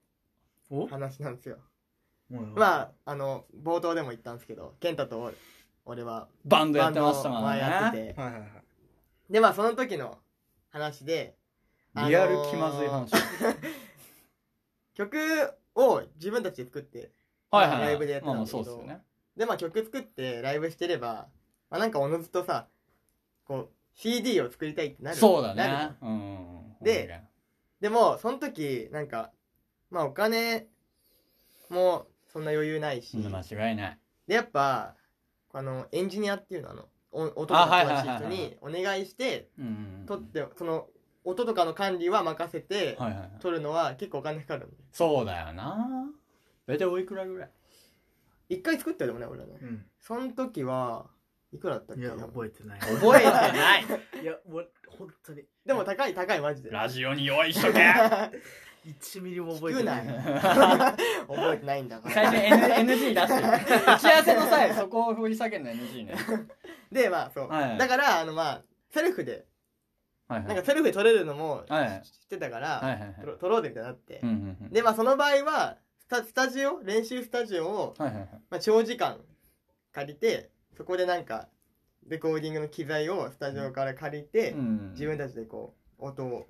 Speaker 3: お
Speaker 1: 話なんですよ
Speaker 3: まあ
Speaker 1: まああの冒頭でも言ったんですけど健太と俺は
Speaker 2: バンドや
Speaker 1: バ
Speaker 2: っ
Speaker 1: ン
Speaker 2: て
Speaker 1: ド
Speaker 2: ました
Speaker 1: を
Speaker 2: もん
Speaker 1: 前
Speaker 2: ね。
Speaker 1: やってて
Speaker 3: はいはいはい
Speaker 1: でまあその時の話で
Speaker 2: リアル気まずい話。
Speaker 1: 曲を自分たちで作って
Speaker 2: はいはいはい。
Speaker 1: ライブでやって
Speaker 2: ま
Speaker 1: た
Speaker 2: あ
Speaker 1: ん
Speaker 2: ま
Speaker 1: だ
Speaker 2: あ
Speaker 1: けど
Speaker 2: そうですよね。
Speaker 1: でまあ曲作ってライブしてれば、まあ、なんかおのずとさこう CD を作りたいってなる
Speaker 2: そうだ
Speaker 1: なるじゃ
Speaker 2: ね
Speaker 1: ん。
Speaker 2: うん。
Speaker 1: で、でもその時なんかまあお金もそんな余裕ないし、
Speaker 2: 間違いない。
Speaker 1: でやっぱあのエンジニアっていうのあのお音
Speaker 2: あ
Speaker 1: が
Speaker 2: はいはい
Speaker 1: 詳
Speaker 2: はい
Speaker 1: しい人にお願いして
Speaker 2: うん。
Speaker 1: 撮ってその音とかの管理は任せて
Speaker 2: はいはいはい。
Speaker 1: 撮るのは結構お金かかるんで
Speaker 2: そうだよな。大体おいくらぐらい
Speaker 1: 一回作ったよでもね俺らね
Speaker 3: うん
Speaker 1: その時はいくらだったっ
Speaker 3: い
Speaker 1: け
Speaker 3: や覚えてない
Speaker 2: 覚えてない
Speaker 3: いやもう本当に
Speaker 1: でも高い高いマジで
Speaker 2: ラジオに用意しとけ
Speaker 3: 1ミリも覚えてない
Speaker 1: 少な 覚えてないんだか
Speaker 2: 最
Speaker 1: ら
Speaker 2: 初 N NG 出してる打ち合わせの際そこを振り下げるの NG ね
Speaker 1: でまあそう、
Speaker 2: はいはい
Speaker 1: だからあのまあセルフで
Speaker 2: はい
Speaker 1: な
Speaker 2: は
Speaker 1: ん
Speaker 2: い
Speaker 1: かセルフで撮れるのも知
Speaker 2: はいはい
Speaker 1: ってたか
Speaker 2: はい
Speaker 1: ら
Speaker 2: はい
Speaker 1: 撮ろ撮ろうぜみたいになって
Speaker 2: うんうんうん
Speaker 1: でまあその場合はスタスタジオ練習スタジオを、
Speaker 2: はいはいはい
Speaker 1: まあ、長時間借りてそこでなんかレコーディングの機材をスタジオから借りて、
Speaker 2: うん
Speaker 1: 自分たちでこう音を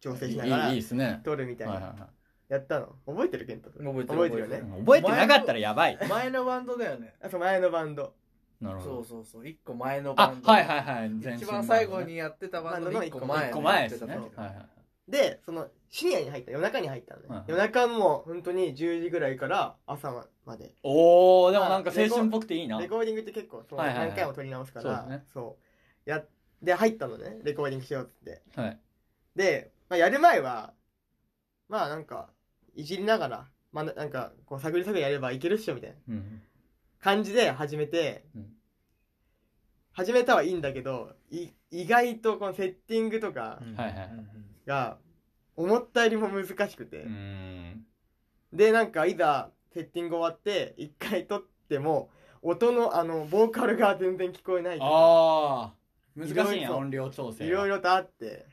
Speaker 1: 調整しないがら
Speaker 2: いいいですね
Speaker 1: 撮るみたい
Speaker 2: はいはい
Speaker 1: な
Speaker 2: は
Speaker 1: やったの覚えてる健太君
Speaker 3: 覚え
Speaker 1: 覚えてるよね
Speaker 2: い覚えてなかったらやばい
Speaker 3: 前のバンドだよね
Speaker 1: あそう前のバンド
Speaker 2: なるほ
Speaker 3: そう
Speaker 2: ど
Speaker 3: そうそう一個前のバ
Speaker 2: あ
Speaker 3: ンド
Speaker 2: はいはいはい全
Speaker 3: 一
Speaker 2: 身
Speaker 3: 番最後にやってたバンドの一個前
Speaker 2: 一個前ですね
Speaker 3: や
Speaker 2: は
Speaker 3: っ
Speaker 2: い
Speaker 3: てた
Speaker 2: はい
Speaker 3: 時
Speaker 2: はい
Speaker 1: でその深夜に入った夜中に入ったのね、
Speaker 2: はいはい
Speaker 1: 夜中もう本当に10時ぐらいから朝まで
Speaker 2: おーでもなんか青春っぽくていいな
Speaker 1: レコーディングって結構そう
Speaker 2: はいはいはい
Speaker 1: 何回も撮り直すから、
Speaker 2: そう
Speaker 1: そう
Speaker 2: ですね
Speaker 1: やで入ったのねレコーディングしようっつって
Speaker 2: はい
Speaker 1: で、まあ、やる前はまあなんかいじりながら、まあ、ななんかこう探り探りやればいけるっしょみたいな
Speaker 2: うん
Speaker 1: 感じで始めて、
Speaker 2: うん
Speaker 1: 始めたはいいんだけどい意外とこのセッティングとか
Speaker 3: うん
Speaker 2: はいはい
Speaker 1: が思ったよりも難しくて、
Speaker 2: うーん
Speaker 1: でなんかいざセッティング終わって一回撮っても音のあのボーカルが全然聞こえないとか
Speaker 2: あー難し
Speaker 1: いろ
Speaker 2: いん
Speaker 1: い
Speaker 2: や
Speaker 1: ろ
Speaker 2: 音量調整
Speaker 1: いろい
Speaker 2: ろ
Speaker 1: ろとあって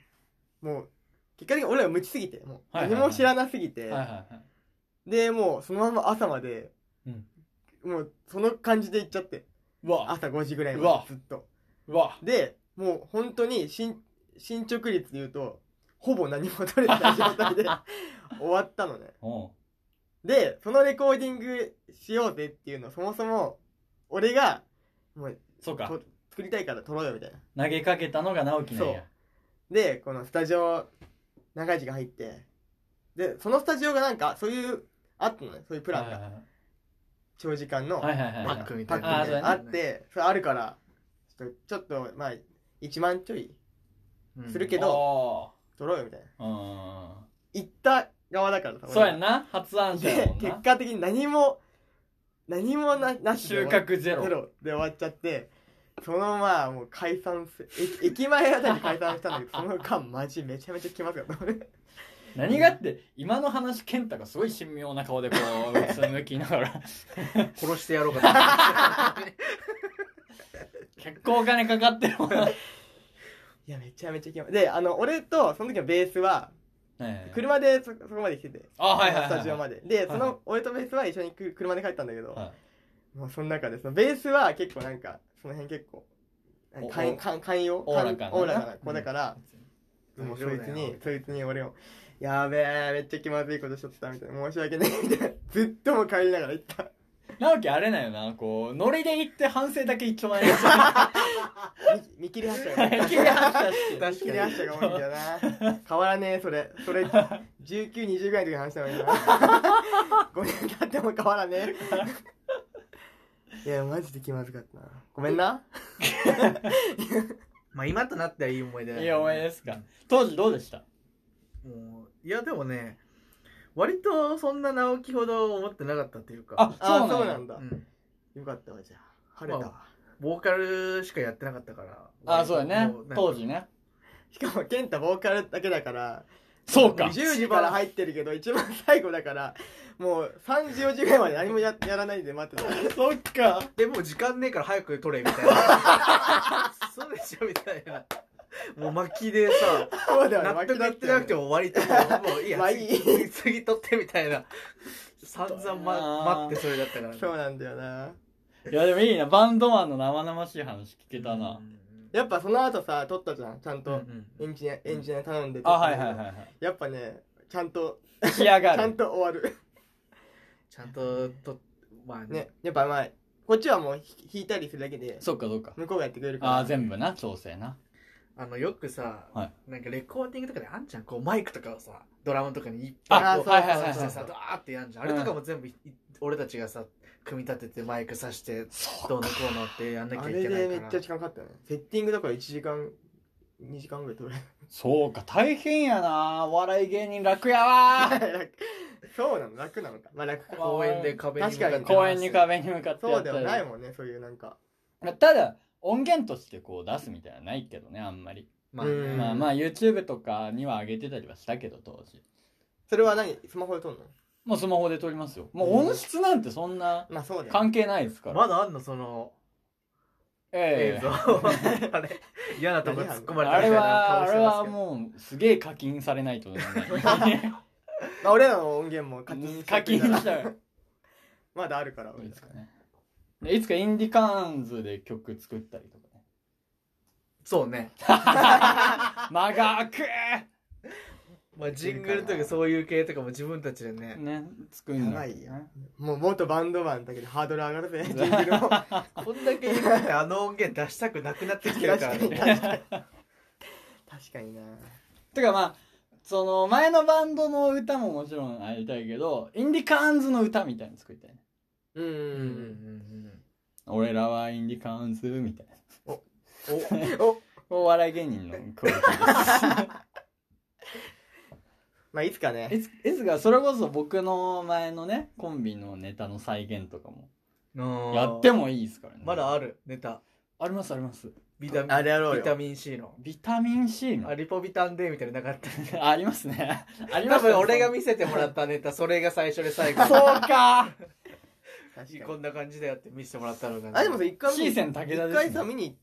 Speaker 1: もう結果的に俺ら無知すぎてもう
Speaker 2: はいはいは
Speaker 1: 何
Speaker 2: い
Speaker 1: も知らなすぎて、
Speaker 2: はいはいはい
Speaker 1: でもうそのまま朝まで、
Speaker 2: うん
Speaker 1: もうその感じで行っちゃって
Speaker 2: うわ
Speaker 1: 朝5時ぐらいうま
Speaker 2: わ
Speaker 1: でずっと
Speaker 2: うわ
Speaker 1: でもう本当に進進捗率で言うとほぼ何も取れてない状態 で終わったのね
Speaker 2: おう
Speaker 1: でそのレコーディングしようぜっていうのそもそも俺がもう
Speaker 2: そうか
Speaker 1: と作りたいから撮ろうよみたいな
Speaker 2: 投げかけたのが直樹なんや
Speaker 1: でこのスタジオ長い時間入ってでそのスタジオがなんかそういうあったのねそういうプ
Speaker 2: プ
Speaker 1: ランが、
Speaker 2: が
Speaker 1: 長時間の
Speaker 2: はいはいはい
Speaker 3: パ
Speaker 2: はい
Speaker 3: ックみ
Speaker 1: パ
Speaker 3: た
Speaker 1: ック
Speaker 3: いな
Speaker 1: みたいなのあ
Speaker 3: あ
Speaker 1: っ
Speaker 3: そうだ
Speaker 1: てそれあるからちょっとちょっとまあ1万ちょい
Speaker 3: うん
Speaker 1: するけど
Speaker 2: ど
Speaker 1: 取ろうよみたいな
Speaker 2: うん
Speaker 1: 行った側だからさ俺
Speaker 2: そうやんな発案者
Speaker 1: で
Speaker 2: やもん
Speaker 1: 結
Speaker 2: な
Speaker 1: 果的に何も何もななしで
Speaker 2: 収穫ゼロ
Speaker 1: ゼロで終わっちゃってそのまあもう解散すえ 駅前あたりで解散したんだ けどその間マジめちゃめちゃ来ますよ俺
Speaker 2: 何がって今の話健太がすごい神妙な顔でこううつむきながら
Speaker 3: 殺してやろ うかと思って
Speaker 2: 結構お金かかってるもんなはい
Speaker 1: やめちゃめちゃ来ますであの俺とその時のベースはい
Speaker 2: はい
Speaker 1: 車でそそこまで来てて
Speaker 2: あはいはいは
Speaker 1: ス
Speaker 2: い
Speaker 1: タジオまでで
Speaker 2: い
Speaker 1: その俺とベースは一緒にく車で帰ったんだけど、
Speaker 2: は
Speaker 1: もうその中でそのベースは結構なんかその辺結構なんか
Speaker 2: お
Speaker 1: 寛寛寛容
Speaker 2: おおらかな
Speaker 1: 寛オーラかな子だから、
Speaker 3: うん
Speaker 1: もうそいつ
Speaker 3: 大丈夫だ
Speaker 1: に
Speaker 3: よ
Speaker 1: そいつに俺を「やべえめっちゃ気まずいことしちゃった」みたいな「申し訳ない」みたいなずっともう帰りながら言った
Speaker 2: 直樹あれなんよなこうノリで行って反省だけ一丁前に
Speaker 1: 見見切り発車が
Speaker 2: 切り発車して
Speaker 1: 見切り発車が多いんだよな変わらねえそれそれ1920ぐらいの時に話したのにな5年経っても変わらねえいやマジで気まずかったなごめんな
Speaker 3: まあ今となってはいい思い出だよ
Speaker 2: いい思い出ですか当時どうでした
Speaker 3: もういやでもね割とそんな直樹ほど思ってなかったというか
Speaker 2: あ
Speaker 1: あ
Speaker 2: そ
Speaker 1: あ
Speaker 2: うなん
Speaker 1: そう
Speaker 2: や
Speaker 1: なんだ、
Speaker 3: うん
Speaker 1: よかったわじゃあ晴れたわ、
Speaker 3: ボーカルしかやってなかったから
Speaker 2: あそうやね
Speaker 3: もうなんか
Speaker 2: 当時ね
Speaker 1: しかも健太ボーカルだけだから
Speaker 2: そう か
Speaker 1: 10時から入ってるけど一番最後だからもう3時4時ぐらいまで何もややらないで待ってた
Speaker 2: そっか
Speaker 3: でもう時間ねえから早く取れみたいな そうでしょみたいなもう巻きでさ
Speaker 1: そうだよね
Speaker 3: 納得いってなくて
Speaker 1: も
Speaker 3: も終わりとかもういいや
Speaker 1: まあいい
Speaker 3: 次次取ってみたいな散々、ま、待ってそれだったからね
Speaker 1: そうなんだよない
Speaker 2: やでもいいなバンドマンの生々しい話聞けたな
Speaker 3: うん
Speaker 1: やっぱその後さ撮ったじゃんちゃん
Speaker 3: うんう
Speaker 1: と
Speaker 3: ん
Speaker 1: エンジニアエンジニア頼んで撮
Speaker 2: あ
Speaker 1: った
Speaker 2: は
Speaker 1: んだ
Speaker 2: い
Speaker 1: けど
Speaker 2: はいはいはい
Speaker 1: やっぱねちゃんと
Speaker 2: 仕上
Speaker 1: ち
Speaker 2: が
Speaker 1: ゃん
Speaker 2: る
Speaker 1: と終わる
Speaker 3: ちゃんととまあね
Speaker 1: ねやっぱまあこっちはもう弾弾いたりするだけで
Speaker 2: そっかそっか
Speaker 1: 向こうがやってくれるから
Speaker 2: ああ全部な調整な
Speaker 3: あのよくさ、
Speaker 2: は
Speaker 3: なんかレコーディングとかであんじゃんこうマイクとかをさドラムとかにいっ
Speaker 1: あ
Speaker 3: ぱいこう
Speaker 1: はいはいはいはい
Speaker 3: してさドアーってやんじゃんあれとかも全部い、俺たちがさ組み立ててマイクさして
Speaker 2: そう
Speaker 3: どうのこうのってやんなき
Speaker 1: あ
Speaker 3: ゃい
Speaker 1: れ
Speaker 3: けな
Speaker 1: で
Speaker 3: い
Speaker 1: めっ
Speaker 3: か
Speaker 1: ちゃ
Speaker 3: ら
Speaker 1: 時間かかったねセッティングだから1時間2時間ぐらい取れ
Speaker 2: そうか大変やなお笑い芸人楽やわ
Speaker 1: 楽 そうなの楽なのかまあ楽か
Speaker 3: 公園で壁に向かって
Speaker 1: 確か
Speaker 2: 公園に壁に向かってや
Speaker 1: そう
Speaker 2: っ
Speaker 1: で
Speaker 2: た
Speaker 1: は
Speaker 2: り
Speaker 1: ないもんねそういうなんか
Speaker 2: ただ音源としてこう出すみたいなのはないけどねあんまり、
Speaker 3: まあね、
Speaker 1: うん
Speaker 2: まあまあ YouTube とかには上げてたりはしたけど当時
Speaker 1: それは何スマホで撮んの
Speaker 2: もうスマホで撮りますよもう音質なんてそんな
Speaker 1: まあそうだよ
Speaker 2: 関係ないですから、
Speaker 3: まだあんのその映
Speaker 2: ええ
Speaker 3: 像 あれ嫌なとこ突っ込まれた
Speaker 2: あ
Speaker 3: みた
Speaker 2: れ
Speaker 3: いな顔
Speaker 2: は
Speaker 3: し
Speaker 2: あ
Speaker 3: て
Speaker 2: れ
Speaker 3: ます
Speaker 2: は
Speaker 3: けど
Speaker 2: もうすげえ課金されないとね
Speaker 1: まあ俺らの音源も課金
Speaker 2: 課金
Speaker 1: し
Speaker 2: したたよ
Speaker 1: まだあるから
Speaker 2: いつかねでいつかインディカーンズで曲作ったりとかね
Speaker 3: そうね、
Speaker 2: 間が空
Speaker 3: まあ、ジングルとかそういう系とかも自分たちでね
Speaker 2: くね作んの
Speaker 1: やばいよもう元バンドマンだけどハードル上がるぜジングルも
Speaker 3: こんだけ言ってあの音源出したくなくなってきてるからね
Speaker 1: 確かにな
Speaker 2: てかまあその前のバンドの歌ももちろんありたいけどインディカーンズの歌みたいなの作りたいね
Speaker 1: うん
Speaker 3: うんうん
Speaker 2: 俺らはインディカーンズみたいな
Speaker 3: うんうん
Speaker 1: お
Speaker 2: お笑い芸人のクオリティで
Speaker 1: まあいつか
Speaker 2: す
Speaker 1: ね
Speaker 2: い ついつかそれこそ僕の前のねコンビのネタの再現とかも
Speaker 3: お
Speaker 2: やってもいいですからね
Speaker 3: まだあるネタ
Speaker 2: ありますあります
Speaker 3: ビタミ
Speaker 1: あれやろ
Speaker 3: ン
Speaker 1: う
Speaker 3: ビタ
Speaker 1: よ
Speaker 3: ミン C の
Speaker 2: ビタミン C の
Speaker 3: あリポビタンデーみたいなのなかった
Speaker 2: ありますねありま
Speaker 3: 多
Speaker 2: すね
Speaker 3: 分俺が見せてもらったネタそれが最初で最後
Speaker 2: そうか
Speaker 1: 確か
Speaker 3: こ
Speaker 1: に
Speaker 3: んな感じだよって見せてもらったのがね
Speaker 1: あでもさ一回見に
Speaker 2: シーセン武田ですね
Speaker 1: 一回さ見に
Speaker 3: い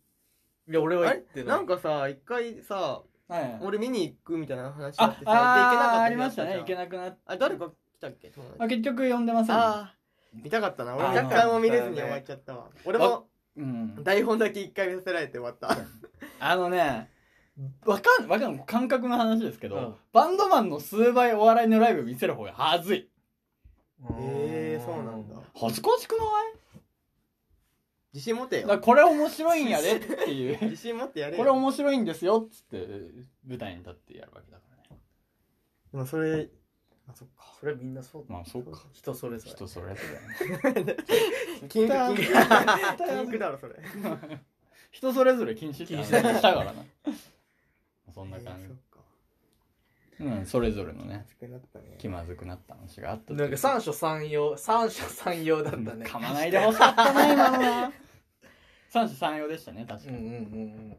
Speaker 3: や俺
Speaker 1: 行っ
Speaker 3: は
Speaker 1: あ
Speaker 3: 言っ
Speaker 1: れ
Speaker 3: て
Speaker 1: なん
Speaker 3: か
Speaker 1: かさ一回さ
Speaker 2: はい
Speaker 1: 俺見に行くみたいな話あ
Speaker 2: あ
Speaker 1: ってさ
Speaker 2: あーあ
Speaker 1: で
Speaker 2: り
Speaker 1: 行けなか
Speaker 2: ま
Speaker 1: っ
Speaker 2: し
Speaker 1: じ
Speaker 2: たた
Speaker 1: ゃん
Speaker 2: ねいけなくなって
Speaker 1: あ誰か来たっけ友達
Speaker 2: あ結局呼んでませんね
Speaker 1: あー見たかったな俺
Speaker 2: あー
Speaker 1: 一回も見れずに終わっちゃったわ俺も
Speaker 2: うん
Speaker 1: 台本だけ一回見させられて終わった
Speaker 2: あのね、わかん、わかん、感覚の話ですけど、
Speaker 3: うん
Speaker 2: バンドマンの数倍お笑いのライブ見せる方が恥ずい。
Speaker 1: ええそうなんだ
Speaker 2: 恥ずかしくな
Speaker 1: 自信持て
Speaker 2: いだから
Speaker 1: よ
Speaker 2: これ面白いんやでっていう。
Speaker 1: 自信持ってやれ
Speaker 2: これ
Speaker 1: よ
Speaker 2: 面白いんですよっつって、舞台に立ってやるわけだからね。
Speaker 1: でもそれあそっか
Speaker 3: それはみんなそうだ
Speaker 2: まあそうか
Speaker 3: 人それぞれ
Speaker 2: 人それぞ
Speaker 1: キンクキンク キン
Speaker 2: れ
Speaker 1: クだろそれ
Speaker 2: 人それぞれ禁止って話したから なそんな感
Speaker 1: えーそっか
Speaker 2: じ、うん、それぞれのね
Speaker 1: 熱くなったね
Speaker 2: 気まずくなった話があった
Speaker 3: なんか三者三様三者三様だったね
Speaker 2: 噛まないでほしかったね今の は三者三様でしたね確
Speaker 3: う
Speaker 2: か
Speaker 3: んうん
Speaker 2: に、
Speaker 3: うん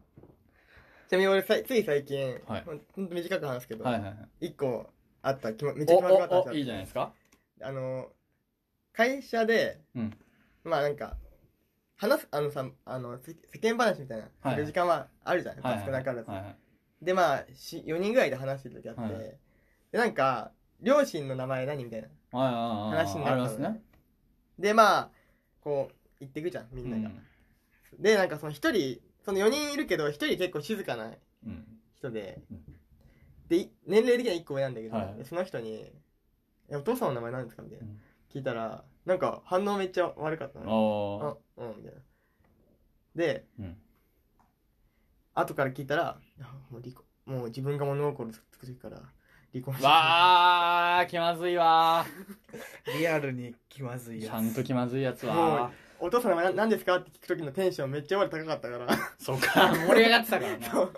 Speaker 1: ちなみに俺さいつい最近、
Speaker 2: はい
Speaker 1: まあほんと短く話すけど、
Speaker 2: はいはいはい
Speaker 1: 一個あった気まめっち
Speaker 2: お
Speaker 1: ゃ気まずかった話
Speaker 2: お
Speaker 1: あ
Speaker 2: お
Speaker 1: っ
Speaker 2: いいじゃないですか
Speaker 1: たあの会社で、
Speaker 2: うん
Speaker 1: まあなんか話すあのさあの世世間話みたいな、
Speaker 2: はい
Speaker 1: する時間はあるじゃない、
Speaker 2: はいはい
Speaker 1: 少なからず、
Speaker 2: はいはい
Speaker 1: でまあし4人ぐらいで話してる時あって、
Speaker 2: はい
Speaker 1: でなんか両親の名前何みたいな
Speaker 2: はいはいはい
Speaker 1: 話にな
Speaker 2: あ
Speaker 1: った
Speaker 2: りま
Speaker 1: の
Speaker 2: すね
Speaker 1: でまあこう言ってくじゃんみんなが、でなんかその一人その4人いるけど一人結構静かな
Speaker 2: うん
Speaker 1: 人で
Speaker 2: うん
Speaker 1: でい年齢的には1個上なんだけど、
Speaker 2: はい
Speaker 1: その人にえ「お父さんの名前なんですか?」みたいな、
Speaker 2: うん
Speaker 1: 聞いたらなんか反応めっちゃ悪かったの
Speaker 2: おー
Speaker 1: あうんみたいなで、
Speaker 2: うん
Speaker 1: 後から聞いたらいやもう離婚もう自分が物心つく時から離婚して
Speaker 2: わー気まずいわ
Speaker 3: うんリアルに気まず
Speaker 2: ー
Speaker 3: い
Speaker 2: ち
Speaker 3: や
Speaker 2: ゃんと気まずいやつ
Speaker 1: も
Speaker 2: は
Speaker 1: うお父さんの名前何ですかって聞く時のテンションめっちゃ俺高かった から
Speaker 2: そうか盛り上がってたからな
Speaker 1: そう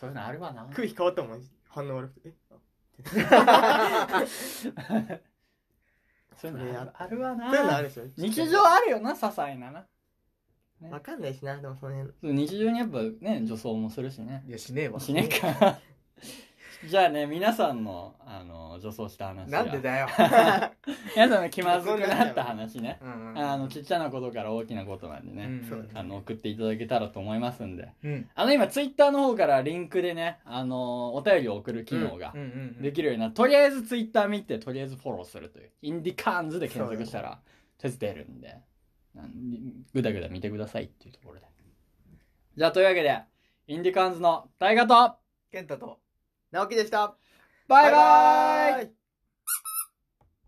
Speaker 2: そういうのあるわな
Speaker 1: 空気変わったもん反応悪くてえ
Speaker 2: そういうのあるあるわな
Speaker 1: そういうのあるでしょ
Speaker 2: 日常あるよな些細なな
Speaker 1: わかんないしなでもその辺
Speaker 2: そう日常にやっぱね女装もするしね
Speaker 3: いやしねえわ
Speaker 2: しねえかじゃあね皆さんのあの女装した話が
Speaker 3: なんでだよ
Speaker 2: 皆さんの気まずくなった話ね
Speaker 3: うんうん
Speaker 2: あのちっちゃなことから大きなことなんで
Speaker 3: う
Speaker 2: ね、
Speaker 3: ん
Speaker 1: そう
Speaker 2: あの送っていただけたらと思いますんで
Speaker 3: うん
Speaker 2: あの今ツイッターの方からリンクでねあのお便りを送る機能が
Speaker 3: うんうん
Speaker 2: できるようになとりあえずツイッター見てとりあえずフォローするというインディカーンズで検索したら手伝えるんでなんぐだぐだ見てくださいっていうところでじゃあというわけでインディカーンズの大河と
Speaker 3: 健太と
Speaker 1: 直樹でした
Speaker 2: バイバ
Speaker 1: バイ
Speaker 2: イ
Speaker 1: バイ